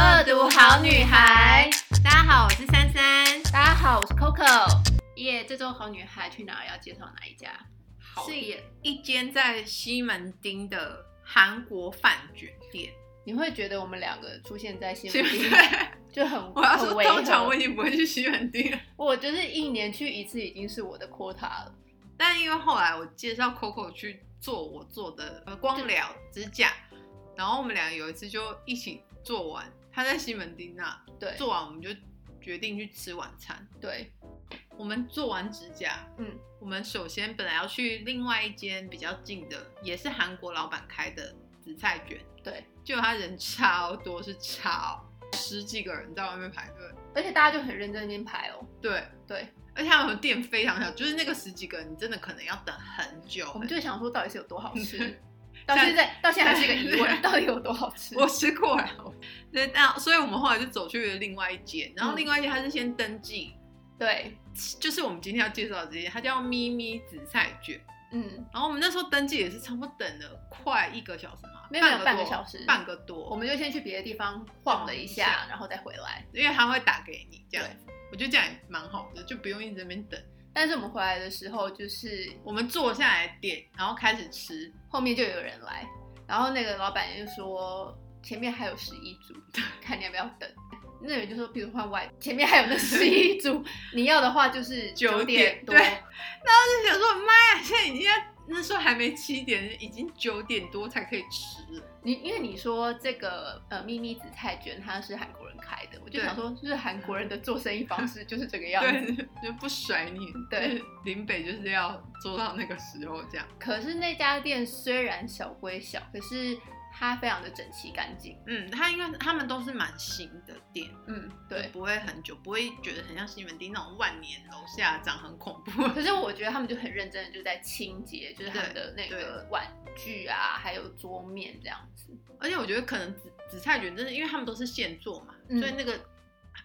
好女孩，大家好，我是珊珊。大家好，我是 Coco。耶、这周好女孩去哪儿要介绍哪一家好店？一间在西门町的韩国饭卷店。你会觉得我们两个出现在西西门门町町，就 很我要很说，违和通常我已经不会去西门町了。我就是一年去一次，已经是我的 quota 了。但因为后来我介绍 Coco 去做我做的呃光疗指甲，然后我们俩有一次就一起做完，他在西门町那对做完，我们就决定去吃晚餐。对，我们做完指甲，嗯，我们首先本来要去另外一间比较近的，也是韩国老板开的紫菜卷，对，结果他人超多，是超十几个人在外面排队，而且大家就很认真地在那边排哦。对，对，而且他们的店非常小，就是那个十几个人，你真的可能要等很久。，我们就想说到底是有多好 吃到现在到现在还是一个疑对 问，到底有多好 吃？我吃过了，对，但所以我们后来就走去了另外一间，然后嗯另外一间他是先登记，对，就是我们今天要介绍的这间，它叫咪咪紫菜卷。嗯，然后我们那时候登记也是差不多等了快一个小时嘛，没有没有多半个小时半个多。我们就先去别的地方晃了一晃下，然后再回来。因为他会打给你这样子，我觉得这样也蛮好的，就不用一直在那边等。但是我们回来的时候，就是我们坐下来点，然后开始吃，后面就有人来，然后那个老板就说前面还有十一组，看你要不要等。那人就说，比如换外，前面还有那十一组，你要的话就是九点点多。对我就想说妈呀，现在已经要那时候还没七点，已经九点多才可以吃了。你 因为你说这个呃秘密紫菜卷它是韩国人开的，我就对想说，就是韩国人的做生意方式就是这个样子。对，就不甩你。对，林北就是要做到那个时候这样。可是那家店虽然小归小，可是它非常的整齐干净。嗯，他因为他们都是蛮新的店，嗯，对就。不会很久，不会觉得很像西门町那种万年楼下长很恐怖。可是我觉得他们就很认真的就在清洁，就是他们的那个碗具啊，还有桌面这样子。而且我觉得可能紫紫菜卷真的，因为他们都是现做嘛，嗯所以那个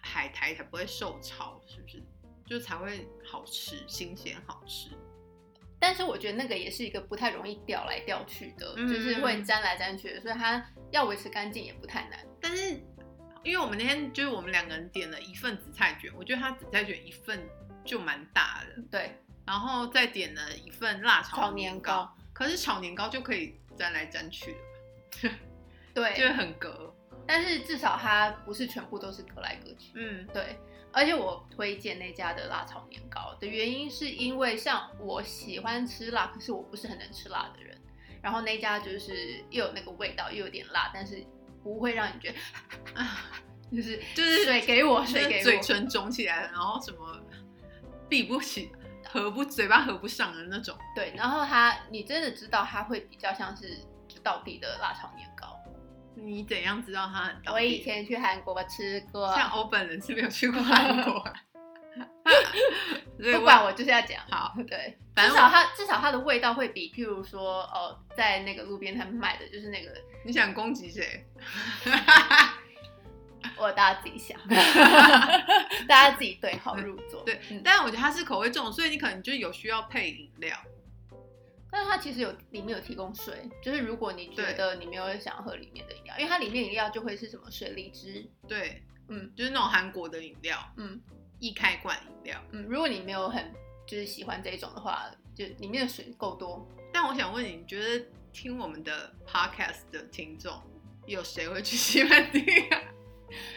海苔才不会受潮，是不是？就才会好吃，新鲜好吃。但是我觉得那个也是一个不太容易掉来掉去的，嗯就是会粘来粘去的，所以它要维持干净也不太难。但是因为我们那天就是我们两个人点了一份紫菜卷，我觉得它紫菜卷一份就蛮大的，对，然后再点了一份辣炒炒年糕，糕可是炒年糕就可以沾来沾去的，就对，是很隔。但是至少它不是全部都是隔来隔去。嗯对，而且我推荐那家的辣炒年糕的原因是因为像我喜欢吃辣，可是我不是很能吃辣的人，然后那家就是又有那个味道，又有点辣，但是不会让你觉得 就是就是水给我，就是水给我，嘴唇肿起来，然后什么闭不起，合不嘴巴合不上的那种。对，然后它你真的知道它会比较像是就到底的辣炒年糕。你怎样知道它很到我以底？前去韩国吃过，像欧本人是没有去过韩国， 所以不管我就是要讲。好，对，反至正少我它至少它的味道会比，譬如说，哦，在那个路边摊卖的，就是那个你想攻击谁？我大家自己想，大家自己对号入座。对嗯但是我觉得它是口味重，所以你可能就有需要配饮料。但是它其实有里面有提供水，就是如果你觉得你没有想要喝里面的饮料，因为它里面饮料就会是什么水荔枝，对，嗯就是那种韩国的饮料，嗯易开罐饮料。嗯，如果你没有很就是喜欢这一种的话，就里面的水够多，但我想问你，你觉得听我们的 podcast 的听众，有谁会去西门町啊？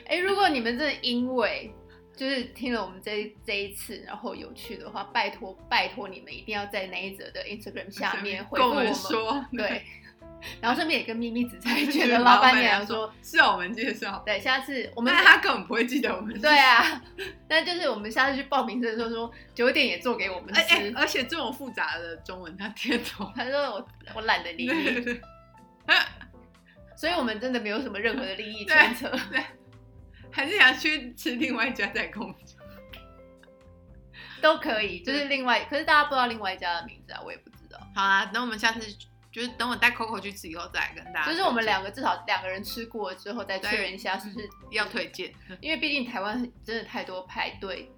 哎，如果你们真的因为就是听了我们这这一次，然后有趣的话，拜托拜托你们一定要在那一则的 Instagram 下面回跟复我我们，们说， 对，然后顺便也跟咪咪紫菜卷的老板娘说，是啊我们介绍，对，下次 我们但他根本不会记得我们。对，啊，那就是我们下次去报名的时候说九点也做给我们哎吃。哎，而且这种复杂的中文他听得 懂。他说我我懒得理对对你，对所以我们真的没有什么任何的利益牵扯。还是想去吃另外一家代工。都可以，就是另外，可是大家不知道另外一家的名字啊，我也不知道。好啦，等我们下次就是等我带 Coco 去吃以后再来跟大家推荐，就是我们两个至少两个人吃过之后再确认一下啊对嗯是不是，要推荐，因为毕竟台湾真的太多排队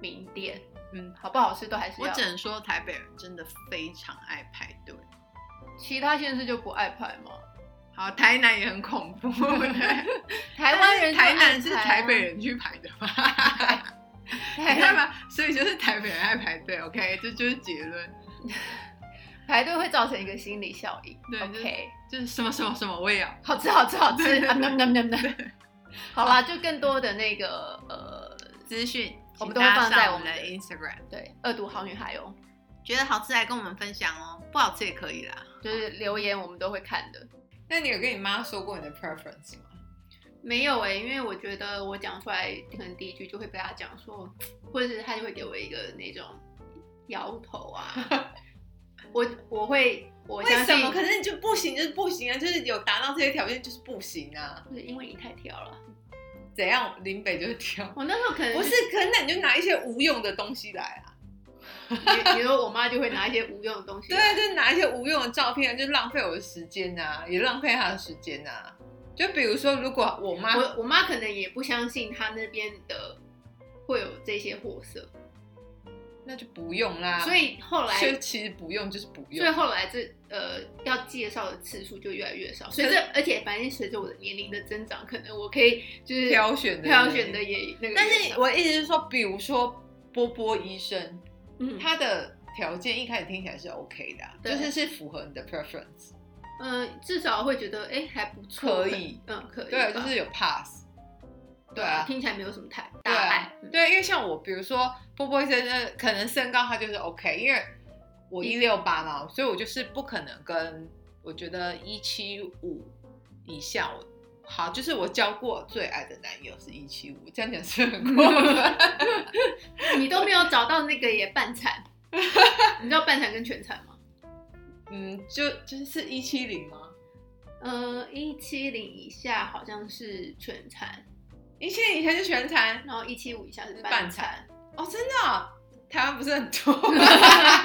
名店，嗯。好不好吃都还是我要只。能说，台北人真的非常爱排队。其他县市就不爱排吗？好，台南也很恐 怖，对台湾人就台南爱啊是湾台北，人去排的 吧？你看吧，所以就是台北人爱排队，OK，这就是结论， 排队会造成一个心理效应。对就是 OK，就是什么什么什么我也要。好吃，好吃，好对吃。对 啊，喵喵喵喵。好啦，就更多的那个呃，资讯，我请们都会大家放在上我我们们的的 Instagram。对，恶毒好女孩哦，觉得好吃来跟我们分享哦，不好吃也可以啦。就是留言我们都会看的。那你有跟你妈说过你的 preference 吗？没有哎、因为我觉得我讲出来，可能第一句就会被他讲说，或者是他就会给我一个那种摇头啊。我我会我为相什信么？，可是你就不行，就是不行啊！就是有达到这些条件，就是不行啊！就是因为你太挑了。怎样？林北就是 挑，我那时候可能不是？可是那你就拿一些无用的东西来啊！你你说我妈就会拿一些无用的东西对来，啊，就是拿一些无用的照片，就浪费我的时间啊，也浪费他的时间啊。就比如说，如果我妈我我妈可能也不相信她那边的会有这些货色，那就不用啦。所以后来，就其实不用就是不用所以。后来这呃要介绍的次数就越来越少。随着而且反正随着我的年龄的增长，可能我可以就是挑选的挑选的也那个越少，但是我意思是说，比如说波波医生，嗯他他的条件一开始听起来是 OK 的啊、对就是是符合你的 preference，嗯、至少会觉得哎、还不错，可以嗯可以吧，对，就是有 pass，对啊。听起来没有什么太大对啊碍，嗯，对，因为像我，比如说波波医生，的可能身高他就是 OK，因为嗯我一六八嘛，所以我就是不可能跟我觉得一七五以下我。好，就是我交过最矮的男友是一七五，这样讲是很过分。 嗯你都没有找到那个也 半残，你知道半残跟全残吗？嗯，就就是一七零吗？呃，一七零以下好像是全残，一七零以前是全残然后一七五以下是半残残。哦，真的啊、台湾不是很多。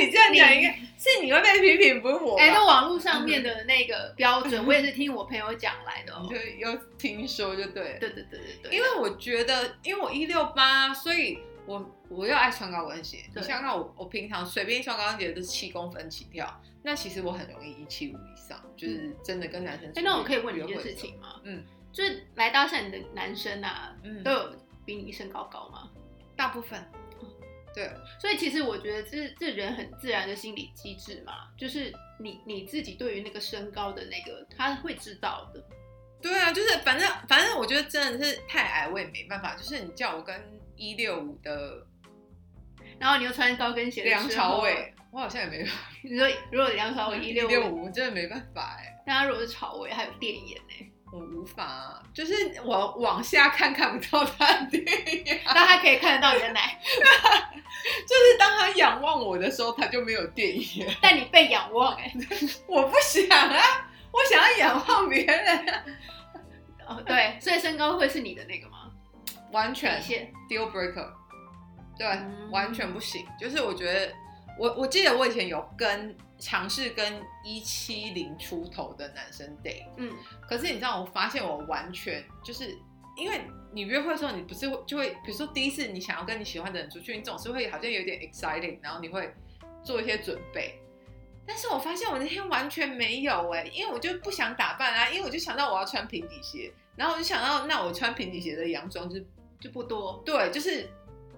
你这样讲应该是你会被批评，不是我吧。哎，那网络上面的那个标准，我也是听我朋友讲来的哦你。就又听说就对了。对对对对对，因为我觉得，因为我一六八，所以我我又爱穿高跟鞋。你对想想看我，我平常随便一双高跟鞋都是七公分起跳，那其实我很容易一七五以上，就是真的跟男生。哎，那我可以问你一件事，情吗？嗯，就是来搭讪你的男生啊，嗯都，有比你身高高吗？大部分，对，所以其实我觉得这这人很自然的心理机制嘛，就是你你自己对于那个身高的那个，他会知道的。对啊，就是反正反正，我觉得真的是太矮，我也没办法。就是你叫我跟一六五的然后你又穿高跟鞋的时候啊梁朝，伟，我好像也没办法。你说如果梁朝伟哦一六五，五，我真的没办法哎、那他如果是朝伟，还有电眼呢、我无法、啊就是我往下看看不到他的电那他可以看得到你的奶，就是当他仰望我的时候，他就没有电眼。但你被仰望哎、我不想啊，我想要仰望别人啊，哦， 对，所以身高会是你的那个吗？完全底线。 deal breaker，对，嗯完全不行。就是我觉得，我我记得我以前有跟尝试跟一七零出头的男生 date，嗯，可是你知道，我发现我完全就是因为你约会的时候，你不是会就会，比如说第一次你想要跟你喜欢的人出去，你总是会好像有点 exciting，然后你会做一些准备。但是我发现我那天完全没有哎、因为我就不想打扮啊，因为我就想到我要穿平底鞋，然后我就想到那我穿平底鞋的洋装就是就不多。对，就是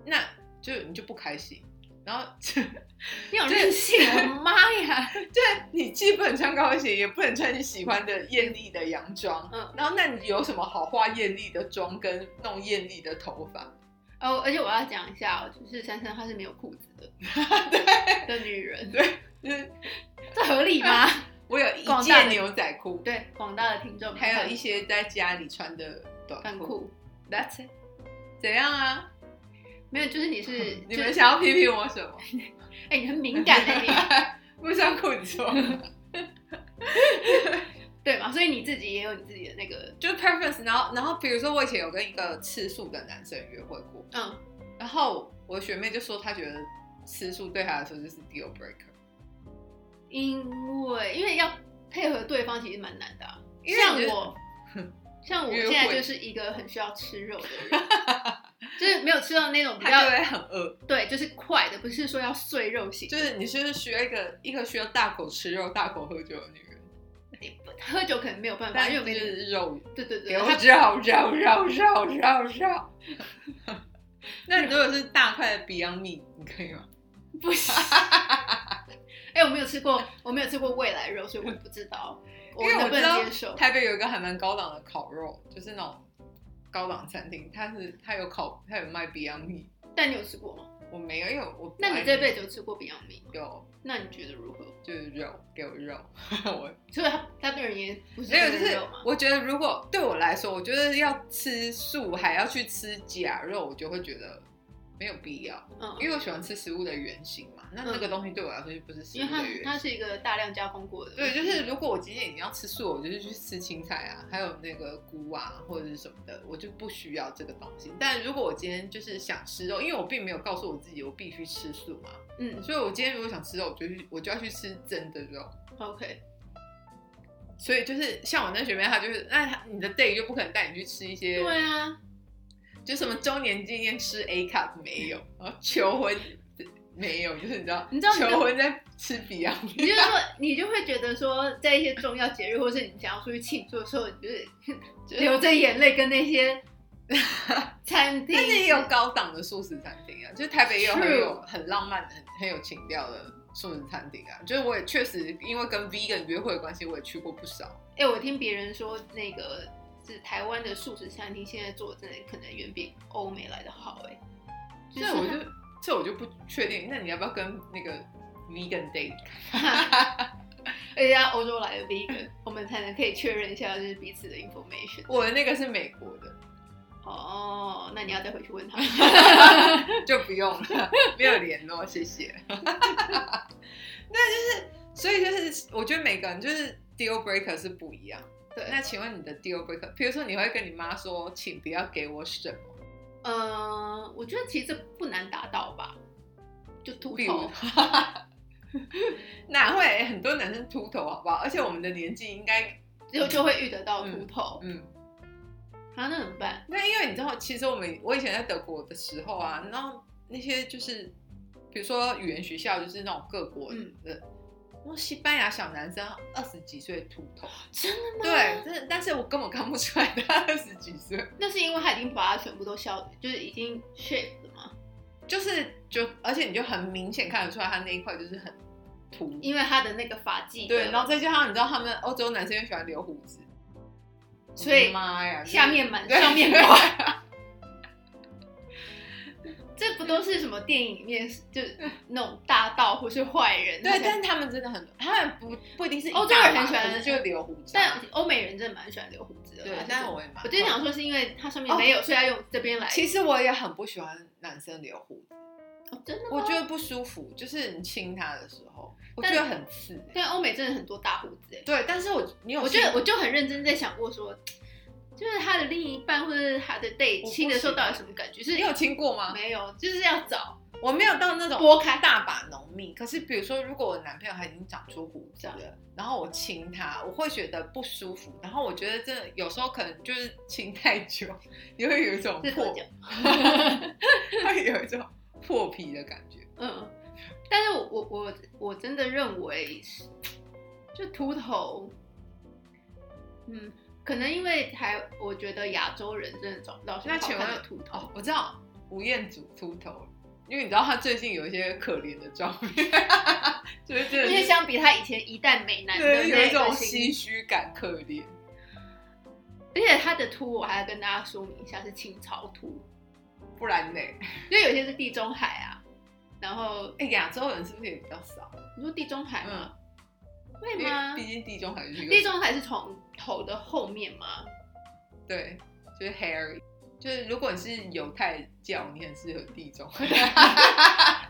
那就你就不开心，然后 你好任性，我的妈呀！对你既不能穿高跟鞋，也不能穿你喜欢的艳丽的洋装，嗯嗯，然后那你有什么好画艳丽的妆跟弄艳丽的头发？哦，而且我要讲一下哦，就是珊珊她是没有裤子 的的女人，就是这合理吗？我有一广大件的牛仔裤，对广大的听众们，还有一些在家里穿的短很裤。酷， That's it。怎样啊？没有， 就是你是你就们是想要批评我什么？ 哎、你很敏感的、你不穿裤子哦说，对嘛？所以你自己也有你自己的那个，就是 preference。然后，然后比如说我以前有跟一个次数的男生约会过，嗯，然后我学妹就说她觉得次数对她来说就是 deal breaker。因为因为要配合对方其实蛮难的、啊，因为像你就我， 像我约现会在就是一个很需要吃肉的人， 就是没有吃到那种比他就较会很饿，对，就是快的，不是说要碎肉型，就是你就是需要一个一个需要大口吃肉、大口喝酒的女人。喝酒可能没有办法，但因为我就没是肉对对对，给我它绕绕绕绕绕绕。 那如果是大块的 Beyond Meat，你可以吗？不行。哎、我没有吃过，我没有吃过未来肉，所以我不知道我因为能我不知能道接受。台北有一个还蛮高档的烤肉，就是那种高档餐厅，它是它有烤，它有卖 Beyond Meat。但你有吃过吗？我没有，因为我那你这辈子有吃过 Beyond Meat 吗？有那你觉得如何？就是肉，给我肉， 我所以它它对人也不是没有，就真的是肉吗？我觉得如果对我来说，我觉得要吃素还要去吃假肉，我就会觉得没有必要，嗯，因为我喜欢吃食物的原型嘛。那那个东西对我来说就不是食因物为的它原它嗯型。是一个大量加工过的，对，就是如果我今天已经要吃素，我就是去吃青菜啊，还有那个菇啊或者是什么的，我就不需要这个东西。但如果我今天就是想吃肉，因为我并没有告诉我自己我必须吃素嘛，嗯所以我今天如果想吃肉，我就去我就要去吃真的肉。 ，OK，所以就是像我那学妹，她就是那她你的 day 就不可能带你去吃一些，对啊，就什么周年纪念吃 A cup 没有，然后求婚没有，就是你知道，你知道你的求婚在吃 Beyond， 你就是说你就会觉得说，在一些重要节日或是你想要出去庆祝的时候，你就是 就是流着眼泪跟那些 餐厅，但是也有高档的素食餐厅啊，就是台北也有很 True 有很浪漫、很很有情调的素食餐厅啊。就是我也确实因为跟 vegan 约会的关系，我也去过不少。哎、我听别人说，那个是台湾的素食餐厅，现在做的真的可能远比欧美来的好、哎，就这是我就这我就不确定。那你要不要跟那个 vegan date？而且要欧洲来的 vegan，我们才能可以确认一下就是彼此的 information。我的那个是美国的。哦，那你要再回去问他。 就不用了，没有联络，谢谢。 那就是，所以就是，我觉得每个人就是 deal breaker 是不一样。 对，那请问你的 deal breaker，比如说你会跟你妈说，请不要给我什么？呃，我觉得其实这不难达到吧，就秃比如头。， 哪会很多男生秃头好不好？而且我们的年纪应该，就就会遇得到秃头，嗯，他、那怎么办？那因为你知道，其实我们我以前在德国的时候啊，然后那些就是，比如说语言学校，就是那种各国的嗯，然后西班牙小男生二十几岁秃头。哦真的吗？对，，真的，但是我根本看不出来他二十几岁，那是因为他已经把它全部都消，就是已经 shape 了嘛，就是就，而且你就很明显看得出来他那一块就是很秃，因为他的那个发髻的对，然后再加上你知道他们欧洲男生又喜欢留胡子，所以我的妈呀，就是下面满对上 面管。这不都是什么电影里面就那种大盗或是坏人？对，但但是他们真的很，他们不不一定是一欧洲大人把很喜欢胡子就留胡子啊，但欧美人真的蛮喜欢留胡子的啦。对就是，但啊是我也蛮，我就想说，是因为它上面没有，所以要用这边来。哎其实我也很不喜欢男生留胡子，哦真的吗？我觉得不舒服，就是你亲他的时候，我觉但得很刺、欸但欧美真的很多大胡子哎。对，但是我你有我亲觉得我就很认真在想过说，就是他的另一半或者是他的 date 我不亲的时候喜欢到底什么感觉？是你有亲过吗？没有？就是要找我没有到那种拨开大把浓密，可是比如说，如果我男朋友他已经长出胡子这了，然后我亲他，我会觉得不舒服，然后我觉得真的有时候可能就是亲太久， 你会有一种是多破久，？ 会有一种破皮的感觉。嗯，但是我我我我真的认为是，就秃头，嗯，可能因为台，我觉得亚洲人真的找不到什么那好请看的问秃头，哦，我知道吴彦祖秃头，因为你知道他最近有一些可怜的照片， 就是真的因为是相比他以前一代美男的对有那一种个唏形，嘘感，可怜。而且他的秃，我还要跟大家说明一下是清朝秃，不然呢？因为有些是地中海啊，然后哎，亚洲人是不是也比较少？啊你说地中海吗？会因为吗？毕竟地中海就是一个地中海是从头的后面吗？对，就是 Harry，就是如果你是犹太教，你很适合地中。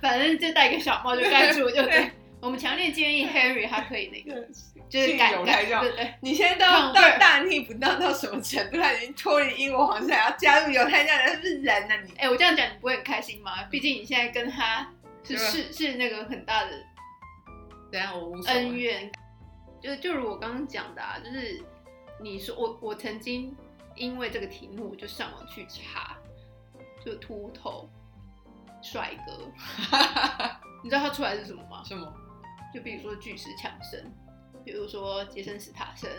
反正就戴一个小帽就盖 住，就对。我们强烈建议 Harry 他可以那个， 就是信改犹太改教对对。你现在到抗到味儿大逆不道到什么程度？他已经脱离英国皇室，还要加入犹太教，人是人呢、啊你哎、我这样讲你不会很开心吗？毕竟你现在跟他是对吧啊是是那个很大的等一下啊我无所恩谓。怨。就就如我刚刚讲的、啊，就是你说我我曾经因为这个题目就上网去查，就秃头帅 哥，你知道他出来是什么吗？什么？就比如说巨石强森，比如说杰森·斯塔森，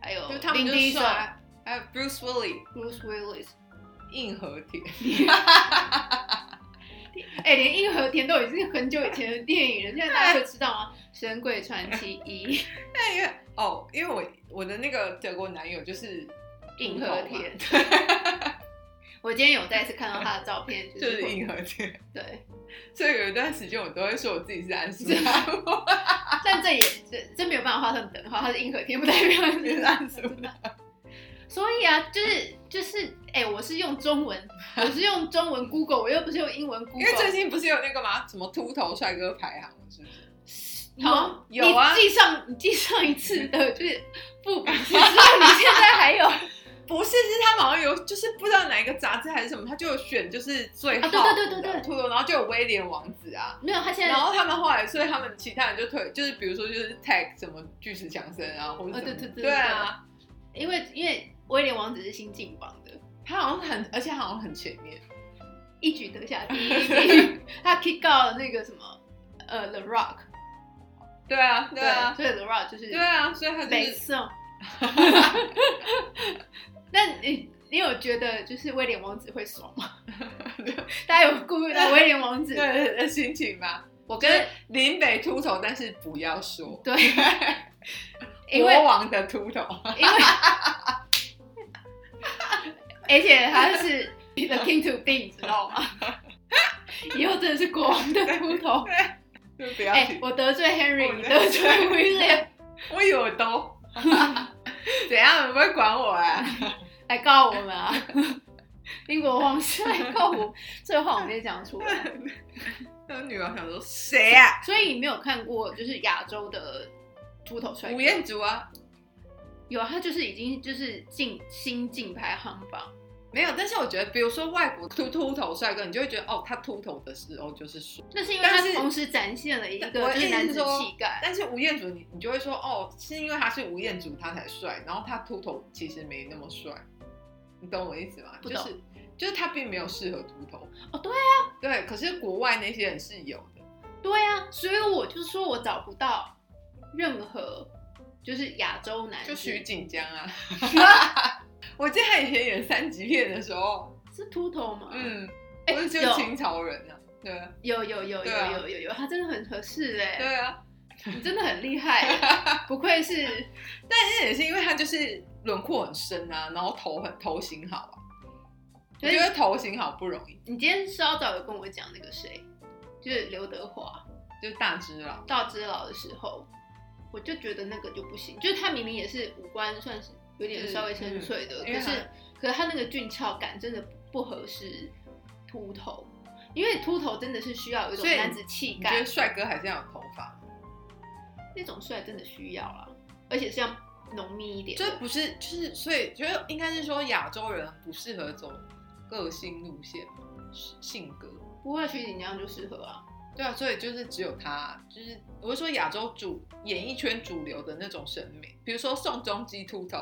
还有就他们 Vin 就是 Diesel 帅，啊还有 Bruce Willis Bruce Willis，硬核铁， 哎、连硬核田都已经很久以前的电影了，现在大家会知道吗？《神鬼传奇 一》但因为哦，因为我我的那个德国男友就是硬啊核秃头嘛田。 我今天有再次看到他的照片，就就是是硬核铁， 对，所以有一段时间我都会说我自己是安素啊拉莫，但这也这这没有办法画上等号，他是硬核田，不代 表你是安素拉。所以啊，就是就是，哎、我是用中文，我是用中文 Google，我又不是用英文因为最 Google。近不是有那个吗？什么秃头帅哥排行，是不是？好，有有啊你记上你记上一次的就是 不比之后，你现在还有啊？不是，是他们好像有，就是不知道哪一个杂志还是什么，他就有选就是最好啊的、对对对对对秃头，然后就有威廉王子啊。没有，他现在然后他们后来，所以他们其他人就推，就是比如说就是 tag 什么巨石强森啊，或者什么、哦对对对对啊，因为因为威廉王子是新进榜的，他好像很，而且他好像很前面，一举得下第一名， 他 kick out 了那个什么呃 The Rock，对啊，对啊，所以 The Rock 就是对啊，所以他就北是宋。那你你有觉得就是威廉王子会爽吗？ 大家有顾虑到威廉王子？对的心情吧。我就是跟林北秃头，但是不要 说对，因为国王的秃头，因为，而且他是 the king to be，你知哦道吗？以后真的是国王的秃头。 就不要哎、提。我得罪 Henry，啊我你得得罪 William，我以为我都， 怎样？你不会管我啊？来告我们啊！ 英国皇室来 告我，这话我没讲出来。 那女王想说谁啊？所以你没有看过就是亚洲的秃头帅哥？吴彦祖啊？有，他就是已经就是进新进排行榜。没有，但是我觉得，比如说外国秃秃头帅哥，你就会觉得哦，他秃头的时候就是帅。那是因为但他是同时展现了一个但我的就意是思男是子说气概。但是吴彦祖你，你就会说哦，是因为他是吴彦祖他才帅，然后他秃头其实没那么帅，你懂我意思吗？不就懂是就是他并没有适合秃头。哦对啊。对，可是国外那些人是有的。对啊，所以我就说我找不到任何就是亚洲男就徐子锦江啊。啊 我记得他以前演三级片的时候，是秃头吗？，嗯，哎我是就有清朝人啊，对啊，有有有对有啊有有有，他真的很合适哎，对啊，你真的很厉害，欸 不愧是但是也是因为他就是轮廓很深啊，然后头很头型好啊，我所以觉得头型好不容易，你今天稍早有跟我讲那个谁，就是刘德华就是大只佬，到知老的时候，我就觉得那个就不行，就是他明明也是五官算是有点嗯稍微深邃的，嗯因为可他是可是他那个俊俏感真的不合适秃头，因为秃头真的是需要有一种所以男子气你觉概得，帅哥还是要有头发，那种帅真的需要啦，而且是要浓密一点就的，不是就是所以觉得应该是说亚洲人不适合走个性路线嘛，性格。不会徐锦江就适 合啊。对啊，所以就是只有他，就是我是说亚洲主演艺圈主流的那种审美，比如说宋仲基秃头，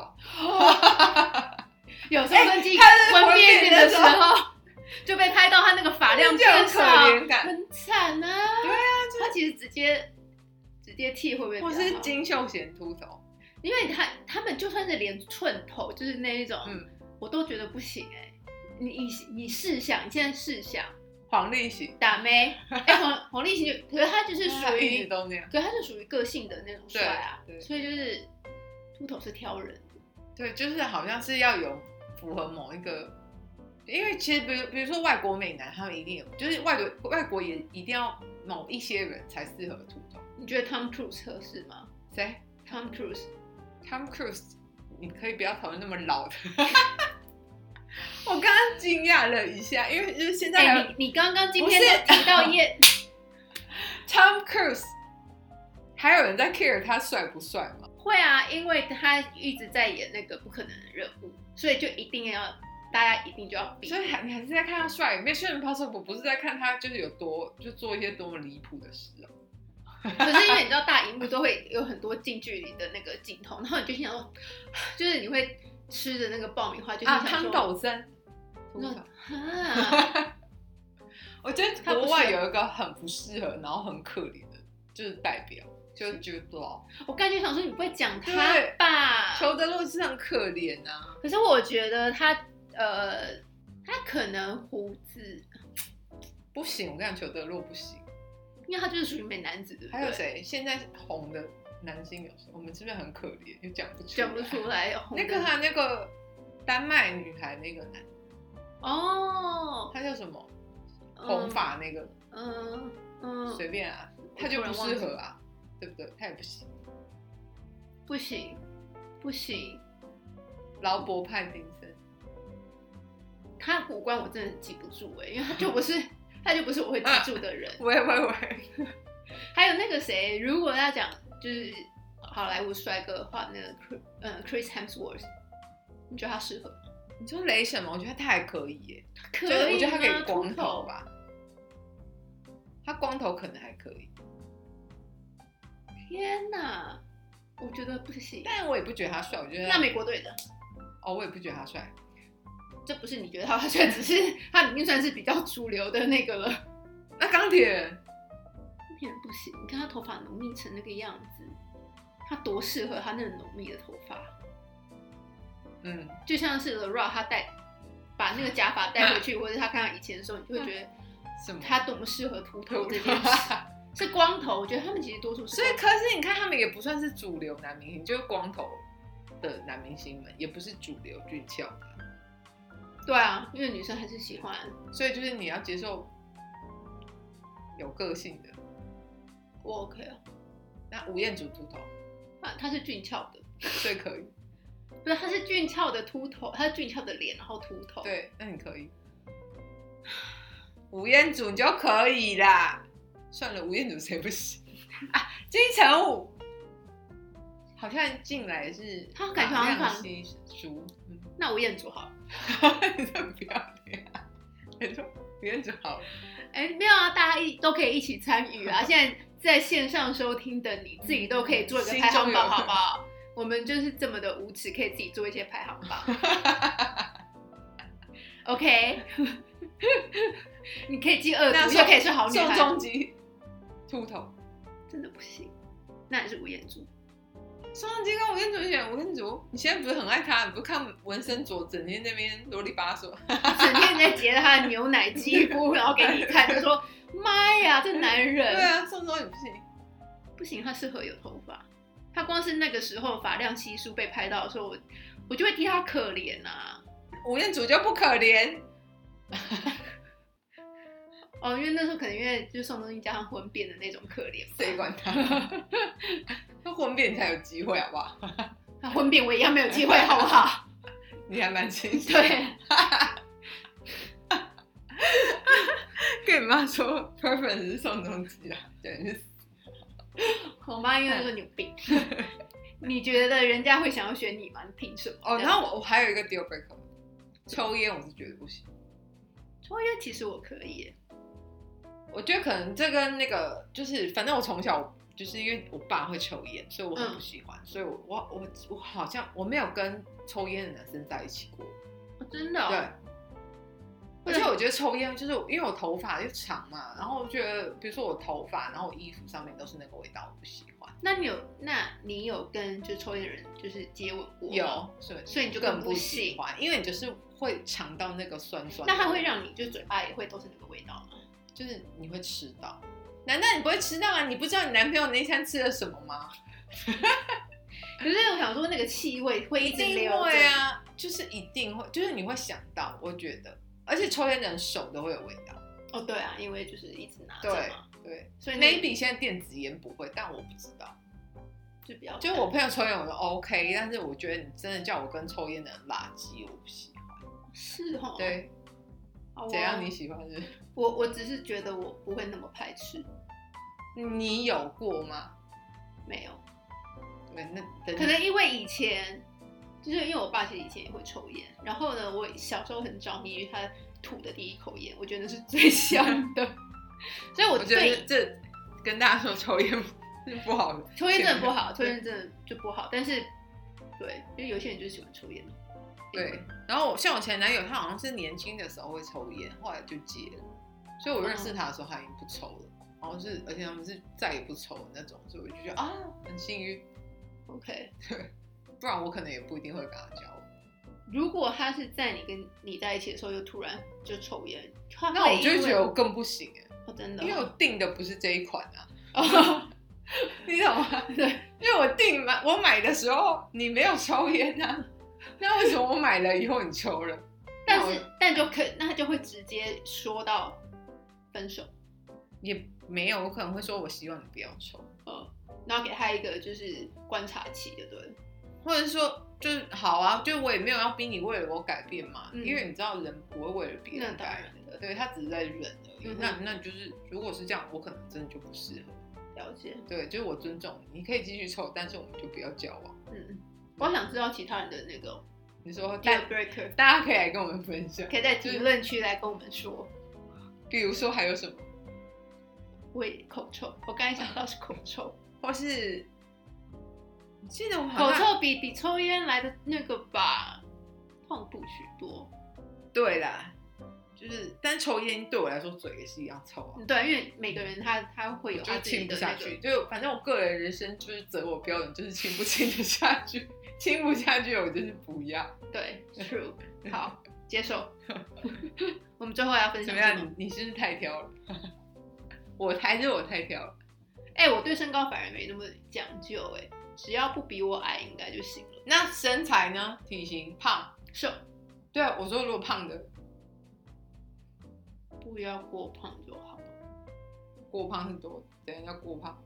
有时候跟机哎他是婚婚变变的的时时候， 就被拍到他那个发量就有变可少，怜感 很惨啊。对啊，他其实直接直接剃会不会或比是较好？金秀贤秃头，因为他他们就算是连寸头，就是那一种，嗯我都觉得不行哎、你你你试想，你现在试想黄立行，打妹，哎、黄黄立行就，可是他就是他属一于直，都那样。可是他是属于个性的那种帅啊对，对所以就是秃头是挑人，对，就是好像是要有符合某一个，因为其实比如比如说外国美男，他们一定有，就是外国外国也一定要某一些人才适合秃头。你觉得 Tom Cruise 合适吗谁？Tom Cruise ？Tom Cruise，你可以不要讨论那么老的。 我刚刚惊讶了一下，因为就是现在哎、还有你你刚刚今不天是都提到叶， Tom Cruise，还有人在 care 他帅不帅吗？会啊，因为他一直在演那个不可能的任务，所以就一定要大家一定就要比所。以还你还是在看他帅，Mission Impossible 不是在看他就是有多就做一些多么离谱的事哦、 可是因为你知道大荧幕都会有很多近距离的那个镜头，然后你就心想说，就是你会吃着那个爆米花，就是啊，想汤说斗森，那啊，我觉得他不国外是有一个很不适合，然后很可怜的，就是代表就是 Jude Law。我刚才就想说，你不会讲他对吧？裘德洛是很可怜啊，可是我觉得他呃，他可能胡子，不行，我跟你讲，裘德洛不行。因为他就是属于美男子，对不对？还有？谁现在红的男星有谁？我们是不是很可怜？又讲不出，讲不。出来。红那灯个他那个丹麦女孩那个男，哦，他叫什么？嗯红，发那个，嗯嗯，随便啊，我他就突不然适合啊，对不对？他也不行。不行不行，劳勃派丁森，他五官我真的记不住哎、因为他就不 是他就不是我会记住的人。喂喂喂，还有那个谁，如果要讲就是好莱坞帅哥的话，那个 Chris 嗯 Chris Hemsworth，你觉得他适合吗？你说雷神吗？我觉得他还可以耶，可就是以我觉得他可吗以光秃头头吧，他光头可能还可以，天哪，我觉得不行。但我也不觉得他帅，我觉得那美国队的，哦，我也不觉得他帅，这不是你觉得他帅，只是他已经算是比较主流的那个 了。那钢铁。一点不行，你看他头发浓密成那个样子，他多适合他那个浓密的头发，嗯，就像是 l e r a 他戴把那个假发戴回去，或者他看到以前的时候，你就会觉得什么？他多么适合秃头这件事。是光头，我觉得他们其实多数是 所光以，头。可是你看，他们也不算是主流男明星，就是光头的男明星们，也不是主流俊俏的，对啊，因为女生还是喜欢。所以就是你要接受有个性的。我 OK 啊，那吴彦祖秃头，啊，他是俊俏的，所以可以，不是，他是俊俏的秃头，他是俊俏的脸，然后秃头。，对，那你可以。 吴彦祖你就可以啦，算了，吴彦祖谁不行啊？金城武好像进来是他感觉好像马亮西叔，嗯， 那吴彦祖好了。你这不要脸，啊你说吴彦祖好了。哎，没有啊，大家一都可以一起参与 啊！现在在线上收听的你自己都可以做一个排心行中有榜，好不好？我们就是这么的无耻，可以自己做一些排行榜。OK，你可以进二那组，宋又可以是好女宋孩，仲基秃头，真的不行。那你是吴彦祖，宋仲基跟吴彦祖选吴彦祖，你现在不是很爱他？你不看文森佐整天那边啰里吧嗦，整天在截他的牛奶肌肤，然后给你看，就说：“妈呀，这男 对人啊，宋仲基不行，不行，他适合有头发。”他光是那个时候发量稀疏被拍到的时候，我我就会替他可怜啊。吴彦祖就不可怜，哦，因为那时候可能因为就是宋仲基加上婚变的那种可怜吧，谁管他？ 他混变才有机会，好不好？ 他婚变我一样没有机会，好不好？ 你还蛮清醒，对， 跟你妈说 preference 是宋仲基啊，对，是我妈因为嗯说你有病， 你觉得人家会想要选你吗？你凭什么？哦。这然样后我我还有一个 deal breaker，抽烟我是觉得不行。抽烟其实我可以耶，我觉得可能这跟那个就是，反正我从小就是因为我爸会抽烟，所以我很不喜欢，所以我我我我好像我没有跟抽烟的男生在一起过，哦真的、对哦。。而且我觉得抽烟就是因为我头发又长嘛，然后我觉得比如说我头发，然后我衣服上面都是那个味道，我不喜欢。那你有，那你有跟就抽烟的人就是接吻过吗？有，所以所以你就更更不不行喜欢，因为你就是会尝到那个酸酸的那味道。它会让你就嘴巴也会都是那个味道 吗？就是你会吃到。难道你不会吃到啊？你不知道你男朋友那一餐吃了什么吗？可是我想说那个气味会一直定留会着，啊，就是一定会，就是你会想到，我觉得，而且抽烟的人手都会有味道。哦对啊，因为就是一直拿着对嘛，对所以那，maybe 现在电子烟不会，但我不知道。就比较就我朋友抽烟，我说 OK，但是我觉得你真的叫我跟抽烟的人垃圾，我不喜欢。是哦，，对，好哦怎样你喜欢是？我我只是觉得我不会那么排斥，你有过吗？没有，对，那等可能因为以前，就是因为我爸其实以前也会抽烟，然后呢，我小时候很着迷于他吐的第一口烟，我觉得那是最香的， 所以我我觉得对这跟大家说抽烟是不好的，抽烟真的不好，抽烟真的就不好，但是对，因为有些人就是喜欢抽烟嘛，对，然后我像我前男友，他好像是年轻的时候会抽烟，后来就戒了，所以我认识他的时候他已经不抽了，然后是而且他们是再也不愁的那种，所以我就觉得啊很幸运， OK，不然我可能也不一定会跟他交往。如果他是在你跟你在一起的时候又突然就抽烟，他那我就会会因为觉得我更不行哎、哦真的因为我哦，订的不是这一款啊， 哦你懂吗？ 对，因为我订买我买的时候你没有抽烟啊， 那为什么我买了以后你抽了？但那我是但就可那他就会直接说到分手，也没有，我可能会说我希望你不要抽，然后给他一个就是观察期，对不对了？或者是说就是好啊，就我也没有要逼你为了我改变嘛，嗯因为你知道人不会为了别那人当改然变，对他只是在忍而已。嗯哼那那就是如果是这样，我可能真的就不适合。了解，对，就是我尊重你，你可以继续抽，但是我们就不要交往。嗯，我想知道其他人的那个你说 deal 大 breaker，大家可以来跟我们分享，可以在评论区来跟我们说。比如说还有什么，胃口臭，我刚才想到是口臭，或是我记得我 好口像臭比比抽烟来的那个吧痛苦许多。对啦，就是但抽烟对我来说嘴也是一样臭啊。对，因为每个人他他嗯会有就他是自己亲不的下那去，个，就反正我个人人生就是择我标准就是亲不亲得下去，亲不下去我就是不要。 对，true，好， 接受。我们最后要分怎享么什样么？？你你是不是太挑了？ 我还是我太挑了？哎、我对身高反而没那么讲究、哎，只要不比我矮应该就行了。那身材呢？体型胖？瘦，对啊，我说如果胖的不要过胖就好了。过胖是多，等一下过胖，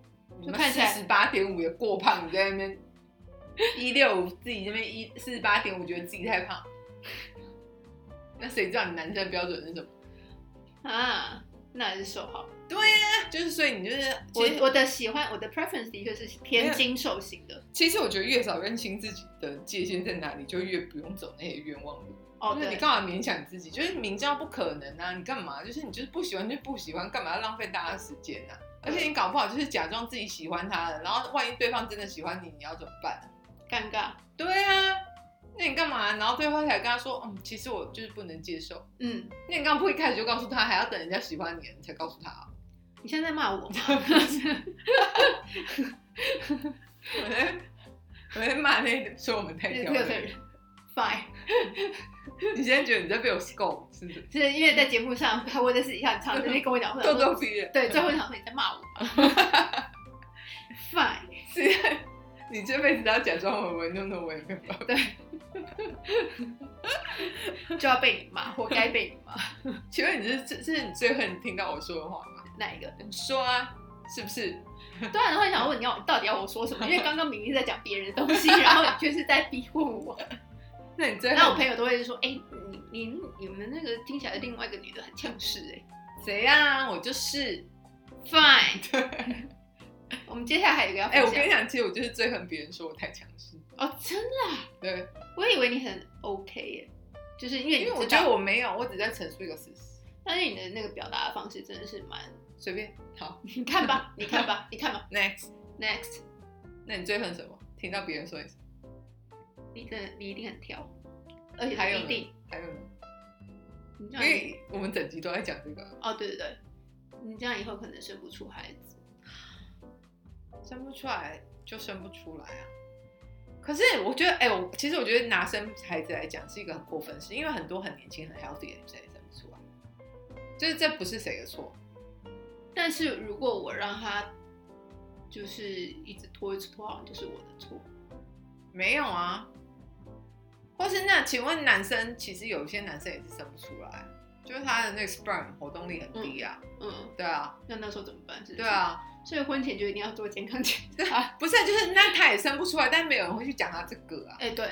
就看起来十八点五也过胖，你在那边一六五自己这边一四十八点五，觉得自己太胖，那谁知道你男生的标准是什么？啊，那还是瘦好了。对呀、啊就是所以你就是我其实我的喜欢，我的 preference 的确是偏精瘦型的。其实我觉得越少认清自己的界限在哪里，就越不用走那些冤枉路。哦，就是你对，干嘛勉强自己？就是明知道不可能啊，你干嘛？就是你就是不喜欢就不喜欢，干嘛要浪费大家的时间呢、啊？而且你搞不好就是假装自己喜欢他了，然后万一对方真的喜欢你，你要怎么办？啊尴尬。对啊，那你干嘛？然后对方才跟他说，嗯，其实我就是不能接受。嗯，那你干嘛不一开始就告诉他，还要等人家喜欢你，你才告诉他、 啊？你现在在骂我吗？我在我在骂那说我们太六挑个了。人，fine。你现在觉得你在被我 scold 是不是？就是因为在节目上，他会在私底下很长时间跟我 讲，会咄说咄逼人。对，最后一场说你在骂我吧。Fine，是， 你这辈子都要假装文文弄弄文文吧？就要被你骂，活该被你骂。 请问你是这这是你最恨听到我说的话吗？哪一个？你说啊，是不是？对啊，然后想问你要你到底要我说什么？因为刚刚明明在讲别人的东西，然后你却是在逼问我。 那你最恨那我朋友都会说，哎、你你你们那个听起来另外一个女的很强势哎。谁啊？我就是。 Fine，我啊们接下来还有一个要分哎、享。我跟你讲，其实我就是最恨别人说我太强势。哦，真的，对，我以为你很 OK 耶，就是因为因你为我知道觉得我没有，我只在陈述一个事实。但是你的那个表达的方式真的是蛮……随便，好你 看吧，你看吧，你看吧。 ，next。 Next，那你最恨什么？听到别人说你什么？你真的你一定很挑，而且还有一呢定，还有呢？你这因样以为我们整集都在讲这个，哦，对对对，你这样以后可能生不出孩子。生不出来就生不出来啊。可是我觉得，哎、我其实我觉得拿生孩子来讲是一个很过分的事，因为很多很年轻、很 healthy 的女生也生不出来，就是这不是谁的错。但是如果我让他就是一直拖一直拖，好像就是我的错。没有啊，或是那请问男生，其实有一些男生也是生不出来，就是他的那个 sperm 活动力很低啊。嗯，对啊，那那时候怎么办？是不是对，啊，所以婚前就一定要做健康检查。不是啊，就是那他也生不出来，但没有人会去讲他这个啊。哎、对，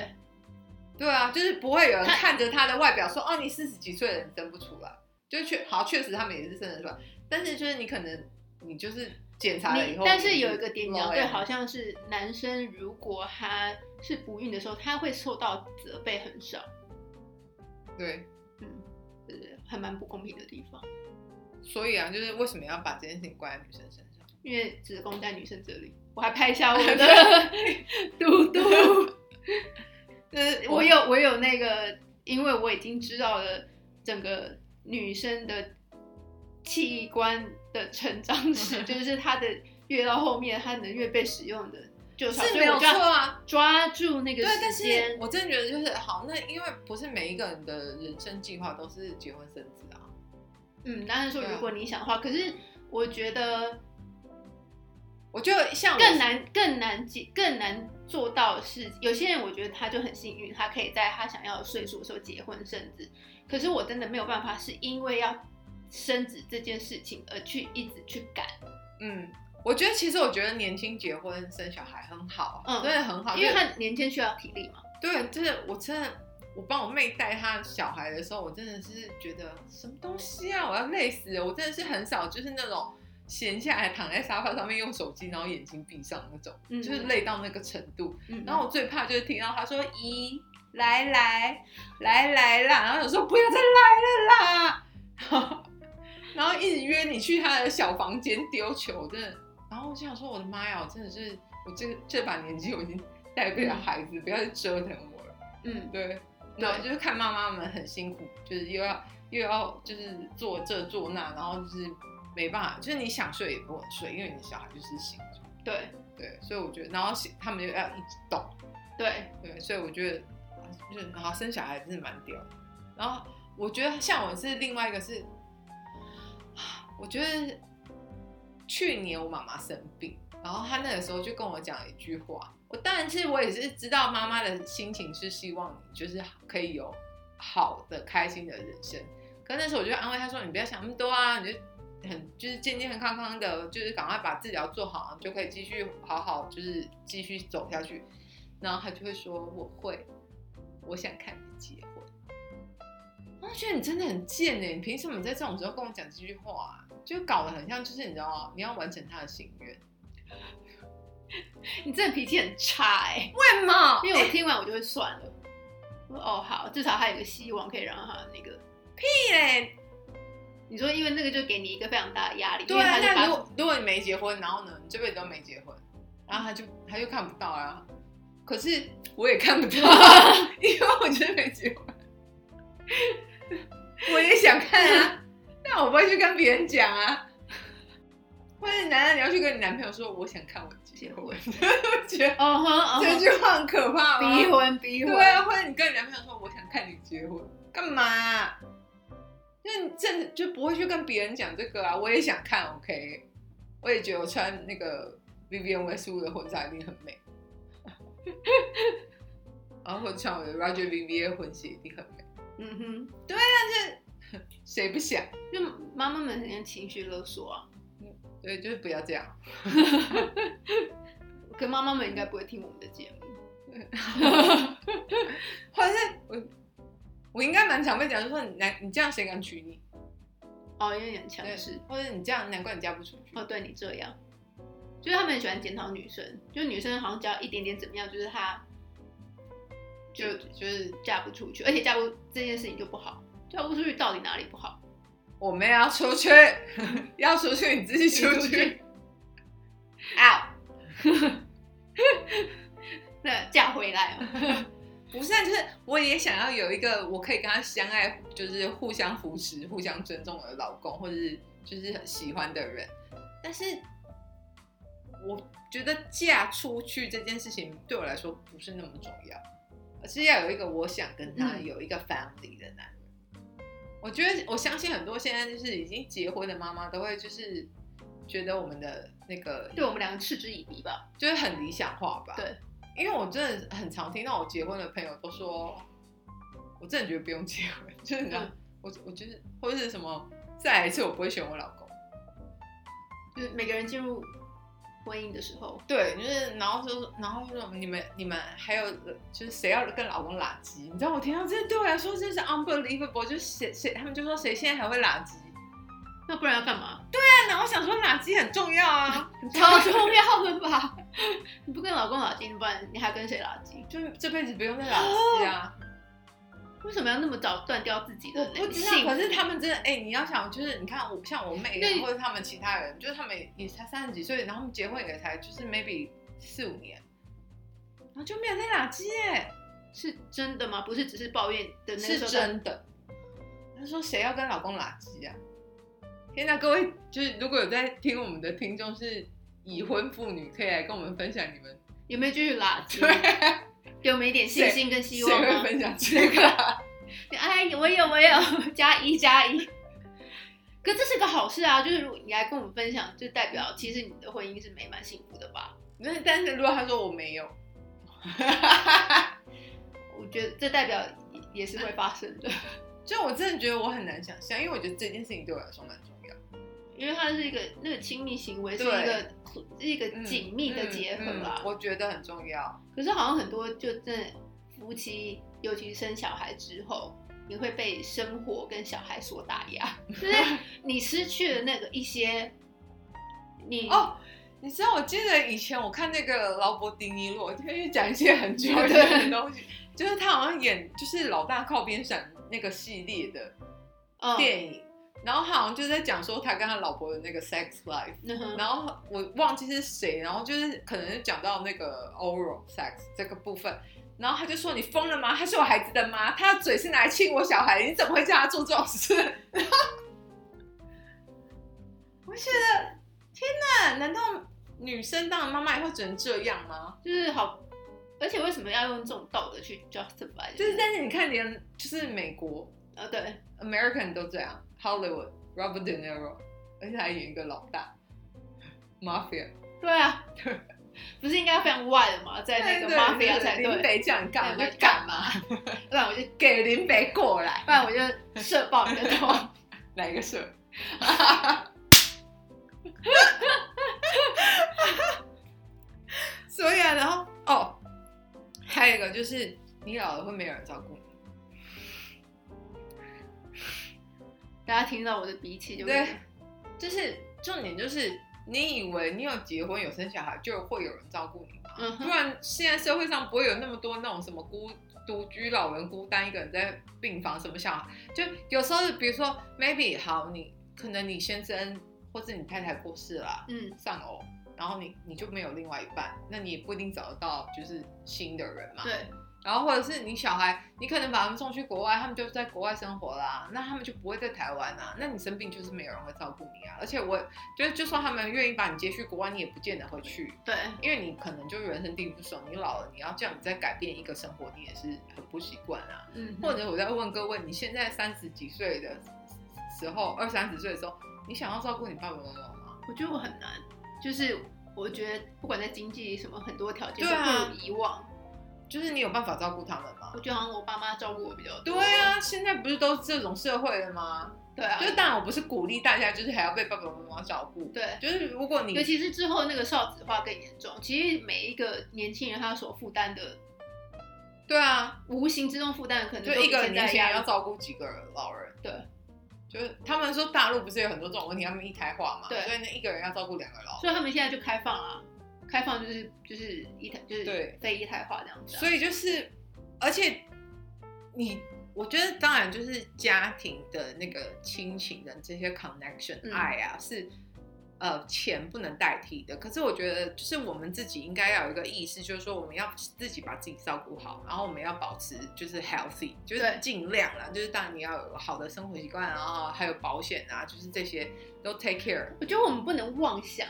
对啊，就是不会有人他看着他的外表说，哦，你四十几岁的人生不出来，就确好，确实他们也是生得出来，但是就是你可能你就是检查了以你后，但是有一个点你讲对，好 low 像是男生如果他是不孕的时候，他会受到责备很少。欸对，嗯，对对，还蛮不公平的地方，所以啊，就是为什么要把这件事情怪在女生身上？因为子宫在女生这里。我还拍一下 我的啊 嘟嘟，就是呃我有我有那个，因为我已经知道了整个女生的器官的成长 史，就是它的越到后面，它能越被使用的就是是没有错啊。抓住那个对，但是时间，我真的觉得就是好，那因为不是每一个人的人生计划都是结婚生子啊。嗯，当然说对啊如果你想的话，可是我觉得我就像我更难、更难解、更难做到的是，有些人我觉得他就很幸运，他可以在他想要的岁数的时候结婚生子。可是我真的没有办法，是因为要生子这件事情而去一直去赶，嗯，我觉得其实我觉得年轻结婚生小孩很好，啊嗯真的很好，因为就是他年轻需要体力嘛。对，就是我真的。我帮我妹带她小孩的时候，我真的是觉得什么东西啊，我要累死了！我真的是很少就是那种闲下来躺在沙发上面用手机，然后眼睛闭上那种，嗯就是累到那个程度。嗯，然后我最怕就是听到他说“咦，来来来来啦”，然后我说不要再来了啦， 然后然后一直约你去他的小房间丢球，真的。然后我就想说，我的妈呀，我真的是我这这把年纪我已经带不了孩子，不要再折腾我了。嗯，对，对然后就是看妈妈们很辛苦，就是又要又要就是做这做那，然后就是没办法，就是你想睡也不能睡，因为你的小孩就是醒着。对对，所以我觉得，然后他们又要一直动。对，对，所以我觉得啊就是然后生小孩真是蛮屌的。然后我觉得像我是另外一个是，我觉得去年我妈妈生病，然后她那个时候就跟我讲一句话，我当然是我也是知道妈妈的心情是希望你就是可以有好的开心的人生，可是那时候我就安慰她说，你不要想那么多啊，你就。很就是健健康康的，就是赶快把治疗做好，你就可以继续好好就是继续走下去。然后他就会说我会，我想看你结婚。我就觉得你真的很贱欸呢，你凭什么在这种时候跟我讲这句话、啊？就搞得很像，就是你知道吗？你要完成他的心愿，你真的脾气很差哎、为什么因为我听完我就会算了。我说哦好，至少还有一个希望可以让他那个。嘞？你说，因为那个就给你一个非常大的压力，因对为啊，他就那把如果如果你没结婚，然后呢，你这辈子都没结婚，然后他就他就看不到啊。可是我也看不到啊， 因为我真的没结婚，我也想看啊，但我不会去跟别人讲啊。或者男的你要去跟你男朋友说，我想看我结婚， 我觉得哦哼哦这哼，句话很可怕吗？逼婚逼婚，对啊，或者你跟你男朋友说我想看你结婚，干嘛啊、因为你正就不会去跟别人讲这个啊。我也想看，OK，我也觉得我穿那个 Vivian Westwood 的婚纱一定很美，然后或者穿我的 Roger Vivier 婚鞋一定很美，嗯哼，谁不想？就妈妈们很像情绪勒索啊，对，就是不要这样。可妈妈们应该不会听我们的节目，或者是我，我应该蛮常被讲，就说你难，你这样谁敢娶你？哦，因为你很强对势，，或者你这样难怪你嫁不出去。哦，对你这样，就是他们很喜欢检讨女生，就是女生好像只要一点点怎么样，就是她就就是嫁不出去，而且嫁不这件事情就不好，嫁不出去到底哪里不好？我们要出去， 要出去你自己出你出去去。啊，那嫁回来嘛， 不是、啊，就是我也想要有一个我可以跟他相爱，就是互相扶持、互相尊重的老公，或者是就是很喜欢的人。但是我觉得嫁出去这件事情对我来说不是那么重要，而是要有一个我想跟他嗯有一个 family 的男人。我觉得我相信很多现在就是已经结婚的妈妈都会就是觉得我们的那个对我们两个嗤之以鼻吧，就是很理想化吧。对，因为我真的很常听到我结婚的朋友都说，我真的觉得不用结婚，就是你知道，嗯我我就是或者是什么，再来一次我不会选我老公。就是每个人进入婚姻的时候，对，就是然后说，然后说你们你们还有就是谁要跟老公拉鸡？你知道我听到这对我来说真是 unbelievable，就是谁谁他们就说谁现在还会拉鸡？那不然要干嘛？但然后我想说拉鸡很重要啊，超重要的吧？ 你不跟老公拉筋，不然你还跟谁拉筋？就是这辈子不用再拉鸡啊。为什么要那么早断掉自己我的那不个知呃性？道，可是他们真的，哎、你要想，就是你看我，像我妹啊对或者他们其他人，就是他们也才三十几岁，然后他们结婚也才就是 maybe 四五年，然后就没有在打鸡耶，是真的吗？不是只是抱怨的那个时是候，真的。她说谁要跟老公打鸡啊？天哪，各位就是如果有在听我们的听众是已婚妇女，可以来跟我们分享你们有没有继续垃圾？对，给我们一点信心跟希谁望会吗？ 分享这个啊？ 哎，我有我有， 加一加一。可这是个好事啊，就是如果你来跟我们分享，就代表其实你的婚姻是美满幸福的吧？那但是如果他说我没有，我觉得这代表也是会发生的，就我真的觉得我很难想象，因为我觉得这件事情对我来说蛮重要。因为它是一个那个亲密行为是一对个是一个嗯紧密的结合啊嗯嗯啦。我觉得很重要。可是好像很多就真的夫妻，尤其是生小孩之后，你会被生活跟小孩所打 压，就是你失去了那个一些，你哦你知道，我记得以前我看那个劳勃迪尼洛，因为讲一些很久远的东西，就是他好像演就是老大靠边闪那个系列的嗯电影，然后他好像就在讲说他跟他老婆的那个 sex life。嗯哼然后我忘记是谁，然后就是可能就讲到那个 oral sex 这个部分，然后他就说你疯了吗？他是我孩子的妈，他的嘴是拿来亲我小孩，你怎么会叫他做这种事？然后我就觉得天哪，难道女生当了妈妈以后只能这样吗？就是好，而且为什么要用这种道德去 justify？就是但是你看连，就是美国呃对， American 都这样，Hollywood Robert De Niro，而且还演一个老大 mafia，对啊，不是应该非常 wide 吗？在那个 mafia 才林对，北叫你干嘛对就干嘛。不然我就给林北过来，不然我就射爆你的头。 来一个社？ 所以啊，然后哦，还有一个就是你老了会没有人照顾你，大家听到我的鼻涕就会对就是重点就是你以为你有结婚有生小孩就会有人照顾你吗？嗯不哼，然现在社会上不会有那么多那种什么孤独居老人孤单一个人在病房什么小孩，就有时候比如说 maybe 好你可能你先生或是你太太过世了啊、嗯丧偶，然后你你就没有另外一半，那你也不一定找得到就是新的人嘛。对，然后或者是你小孩，你可能把他们送去国外，他们就在国外生活啦，那他们就不会在台湾啊。那你生病就是没有人会照顾你啊。而且我觉得，就算他们愿意把你接去国外，你也不见得会去，对因为你可能就人生地不熟，你老了，你要叫你再改变一个生活，你也是很不习惯啊。嗯或者我在问各位，你现在三十几岁的时候，二三十岁的时候，你想要照顾你爸爸妈妈吗？我觉得我很难，就是我觉得不管在经济什么很多条件对都啊不如以往，就是你有办法照顾他们吗我？觉得好像我爸妈照顾我比较对多。，啊，现在不是都这种社会了吗？对啊，就当然我不是鼓励大家，就是还要被爸爸妈妈照顾。对。就是如果尤你其是之后那个少子化更严重，其实每一个年轻人他所负担的，对啊，无形之中负担的可能就都一个比现年在轻人压要力照顾几个老人，对，就是他们说大陆不是有很多这种问题，他们一胎化嘛，对所以那一个人要照顾两个老人，所以他们现在就开放啊，开放就是就是一胎就是对非一胎化这样子啊、所以就是，而且你，我觉得当然就是家庭的那个亲情的这些 connection、嗯爱啊，是呃钱不能代替的。可是我觉得，就是我们自己应该要有一个意识，就是说我们要自己把自己照顾好，然后我们要保持就是 healthy，就是对尽量啦，就是当然你要有好的生活习惯啊，然后还有保险啊，就是这些都 take care。我觉得我们不能妄想，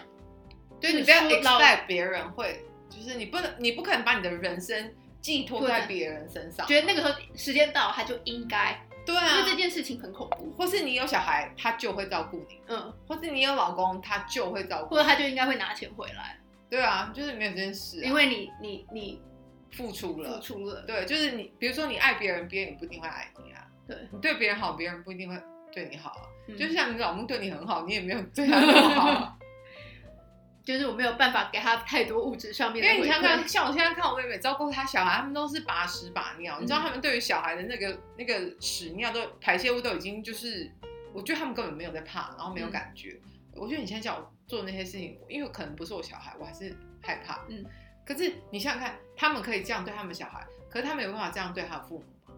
对就你是不要说老 expect 别人会，就是你不能，你不可能把你的人生寄托在对别人身上。觉得那个时候时间到了他就应该，对因啊为，这件事情很恐怖，或是你有小孩，他就会照顾你；嗯，或是你有老公，他就会照顾或者你。他就应该会拿钱回来，对啊，就是没有这件事啊、因为你你你付出付了。出了，对，就是你，比如说你爱别人，别人也不一定会爱你啊。对，你对别人好，别人不一定会对你好啊。嗯就像你老公对你很好，你也没有对 他那么好啊。就是我没有办法给他太多物质上面因的为你回想想看，馈，像我现在看我妹妹照顾她小孩，他们都是把屎把尿，你知道嗯他们对于小孩的那个那个屎尿都排泄物都已经就是，我觉得他们根本没有在怕，然后没有嗯感觉。我觉得你现在叫我做那些事情，因为可能不是我小孩，我还是害怕。嗯，可是你想想看，他们可以这样对他们小孩，可是他们有办法这样对他的父母吗？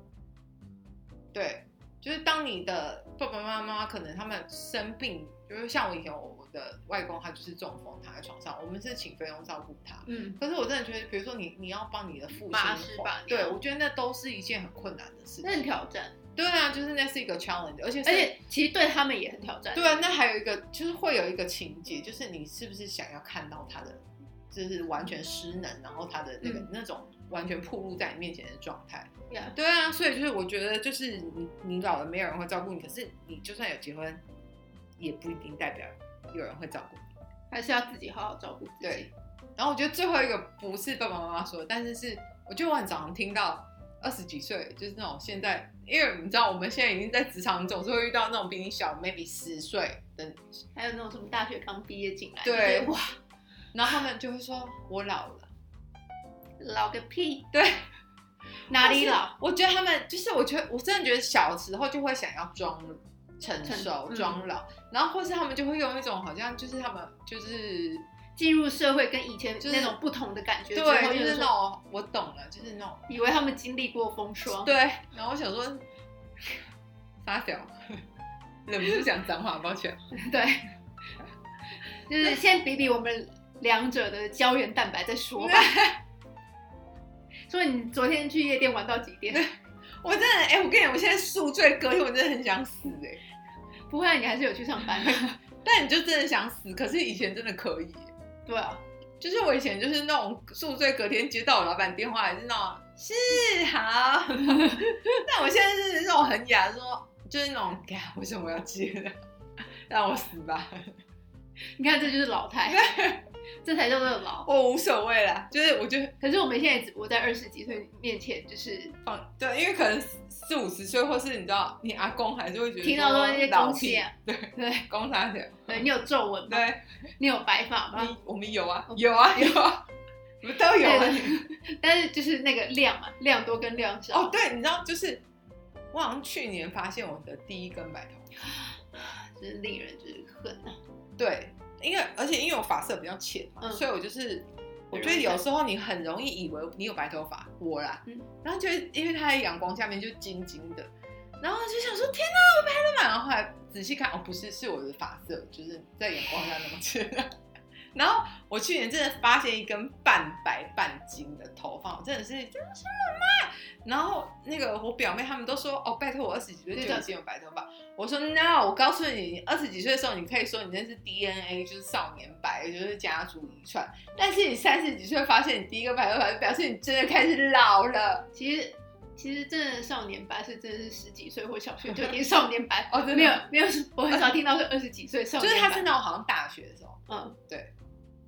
对，就是当你的爸爸妈妈可能他们生病就是像我以前我我的外公他就是中风躺在床上，我们是请菲佣照顾他。嗯，可是我真的觉得，比如说你你要帮你的父亲把屎把还，尿对我觉得那都是一件很困难的事那很情。挑战，对啊，就是那是一个 challenge，而且是而且其实对他们也很挑战。对啊，那还有一个就是会有一个情节，就是你是不是想要看到他的，就是完全失能，然后他的那个、嗯那种完全暴露在你面前的状态。呀，对啊，所以就是我觉得，就是你你老了没有人会照顾你，可是你就算有结婚，也不一定代表有人会照顾你。还是要自己好好照顾自己。对，然后我觉得最后一个不是爸爸妈妈说的，但是是我觉得我很常听到二十几岁，就是那种现在，因为你知道我们现在已经在职场，总是会遇到那种比你小 maybe 十岁的，还有那种什么大学刚毕业进来，对你觉得哇，然后他们就会说我老了。老个屁，对，哪里老？？我觉得他们就是，我觉得我真的觉得小时候就会想要装成熟、成嗯装老，然后或是他们就会用一种好像就是他们就是进入社会跟以前就是那种不同的感觉之后，对，就有的是时那候种我懂了，就是那种以为他们经历过风霜，对。然后我想说， 发 小，忍不住讲脏话，抱歉。对，就是先比比我们两者的胶原蛋白再 说吧。所以你昨天去夜店玩到几 点？ 我真的，哎、我跟你讲，我现在宿醉隔夜，我真的很想死哎、不会啊，你还是有去上 班。但你就真的想死，可是以前真的可以、对啊，就是我以前就是那种宿醉，隔天接到我老板电话，还是那种是好。 但我现在是那种很哑，说就是那种，哎，为什么要接呢？让我死吧， 你看这就是老态， 这才叫做老。我无所谓啦。就是我觉得可是我们现在只不过在二十几岁面前，就是放对，因为可能四五十岁，或是你知道，你阿公还是会觉得听到说说那些老东屁西、，啊，对公啥的，对，呃你有皱纹吗？对，你有白发吗？你我们有啊，有啊，有啊，我们都有啊。 但是就是那个量嘛，量多跟量少。哦，，对，你知道，就是我好像去年发现我的第一根白头发。真是令人就是恨啊。对，因为而且因为我发色比较浅嘛，嗯所以我就是我很觉得容易有看时候你很容易以为你有白头发，我啦，嗯然后就是因为它在阳光下面就金金的，然后就想说天哪，我白头发，然后后来仔细看，哦，不是，是我的发色，就是在阳光下那么浅。然后我去年真的发现一根半白半金的头发，我真的是真的是妈。然后那个我表妹他们都说，哦，拜托我二十几岁就已经有白头发，我说 no，我告诉你，你二十几岁的时候，你可以说你那是 DNA，就是少年白，就是家族遗传。但是你三十几岁发现你第一个白头发，就表示你真的开始老了。，其实其实真的少年白是真的是十几岁或小学就已经少年白 哦，真的没有没有，我很少听到是二十几岁少 就年是白。他是那种好像大学的时候，嗯，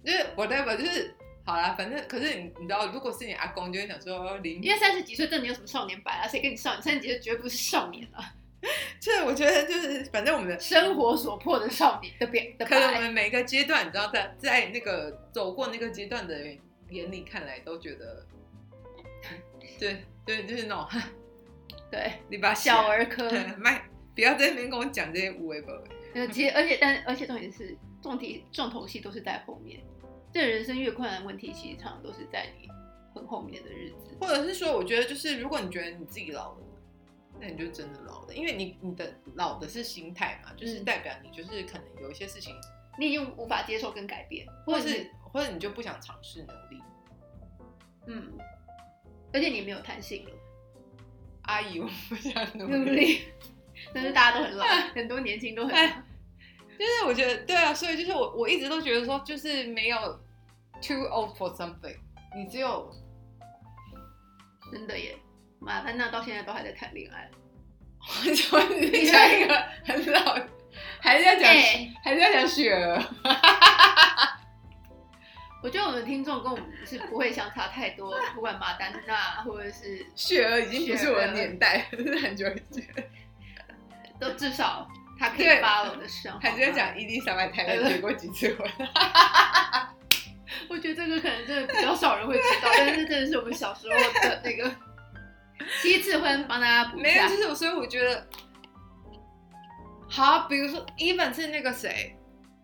就是 whatever，就是好啦，反正可是你你知道，如果是你阿公，就会想说哦零，因为三十几岁真的没有什么少年白啊，谁跟你少年？三十几岁绝对不是少年啊，就是我觉得就是反正我们的。生活所迫的少年的表的可能我白。们每个阶段，你知道在，在那个走过那个阶段的人眼里看来，都觉得，对 对，就是那种对，你把 小儿科。麦，不要在那边跟我讲这些无为不为。呃，其实而且但而且重点是重题重头戏都是在后面。这人生越困难的问题，其实常常都是在你很后面的日子。或者是说，我觉得就是，如果你觉得你自己老了，那你就真的老了，因为你你的老的是心态嘛，就是代表你就是可能有一些事情，你已经无法接受跟改变，或或者者是是或者你就不想尝试努力。嗯，而且你没有弹性了，阿姨，我不想努对不力。对？ 但是大家都很老，很多年轻都很老哎。就是我觉得对啊，所以就是我我一直都觉得说，就是没有 too old for something，你只有真的耶，马丹娜到现在都还在谈恋爱。你怎么你像一个很老，还是在讲、哎还是在讲雪儿。我觉得我们听众跟我们是不会相差太多，不管马丹娜啊或者是雪儿已经不是我的年代，是很久以前，都至少他可以对 follow 得上。还是在讲伊丽莎白泰勒结过几次婚。我觉得这个可能真的比较少人会知道，但是真的是我们小时候的那个七次婚，帮大家补一没有，下就。是我，所以我觉得，好，比如说，even 是那个谁，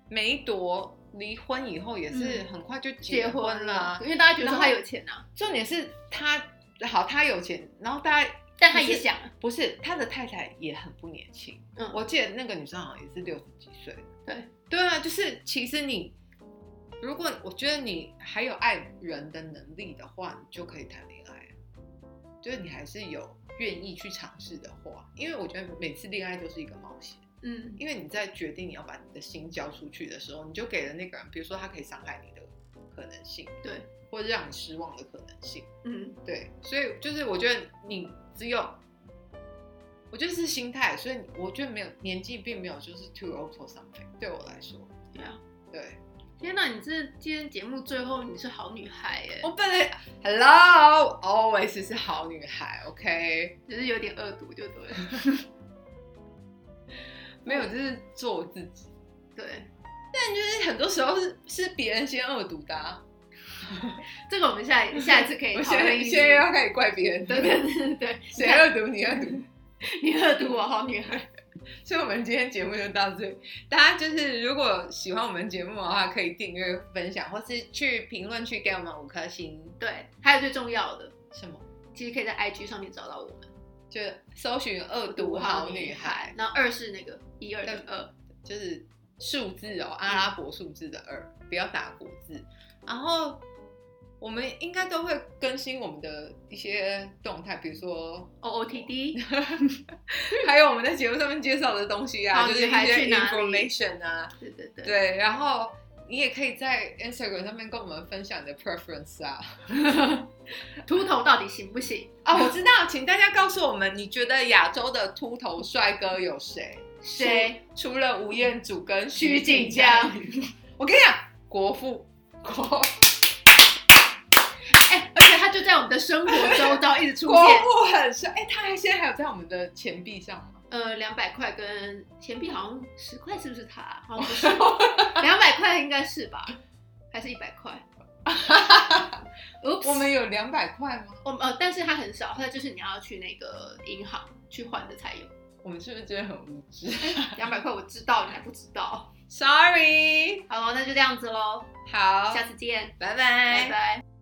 梅朵离婚以后也是很快就结嗯婚婚啦。了，因为大家觉得然说后他有钱呐、啊，重点是他，好，他有钱，然后大家但他也就是想啊，不是他的太太也很不年轻。嗯我记得那个女生好像也是六十几岁，对对啊，就是其实你，如果我觉得你还有爱人的能力的话，你就可以谈恋爱啊。就是你还是有愿意去尝试的话，因为我觉得每次恋爱都是一个冒险，嗯，因为你在决定你要把你的心交出去的时候，你就给了那个人，比如说他可以伤害你的可能性，对，或者让你失望的可能性。嗯，对，所以就是我觉得你只有，我觉得是心态，所以我觉得没有年纪并没有就是 too old for something，对我来说，对啊。对天哪，你这今天节目最后你是好女孩耶，我本 来 hello always 是好女孩，OK，只是有点恶毒就对了。没有就是做我自己，对，但就是很多时候是是别人先恶毒的、啊，这个我们下一下一次可以我讨现在论一现些。在要开始怪别人，对对对对， 谁恶毒你恶毒。你恶毒我好女孩。所以我们今天节目就到这里。大家就是如果喜欢我们节目的话，可以订阅、分享，或是去评论区给我们五颗星。对，还有最重要的，什么？其实可以在 IG 上面找到我们。就搜寻“恶毒好女孩呃然后二是那个一二的二，”，就是数字哦，阿拉伯数字的二，不要打国字。然后我们应该都会更新我们的一些动态，比如说， OOTD，还有我们在节目上面介绍的东西啊，好就是一女孩些去哪里 information 啊，对对对，对，然后你也可以在 Instagram 上面跟我们分享你的 preference 啊。秃头到底行不行？啊、我知道，请大家告诉我们，你觉得亚洲的秃头帅哥有谁？谁？除除了吴彦祖跟徐锦江江，我跟你讲，国父， 国哎，而且他就在我们的生活周遭一直出国现。 父很帅。哎、他还现在还有在我们的钱币上吗？呃，两百块跟钱币好像十块，是不是他、啊好像不 是，两百块应该是吧？还是一百 块？Oops，我们有两百块吗？我们呃，但是它很少，它就是你要去那个银行去换的才有。我们是不是真的很无知 两百块我知道，你还不知道。 ？Sorry，好了，那就这样子喽，好，下次见，拜拜拜拜。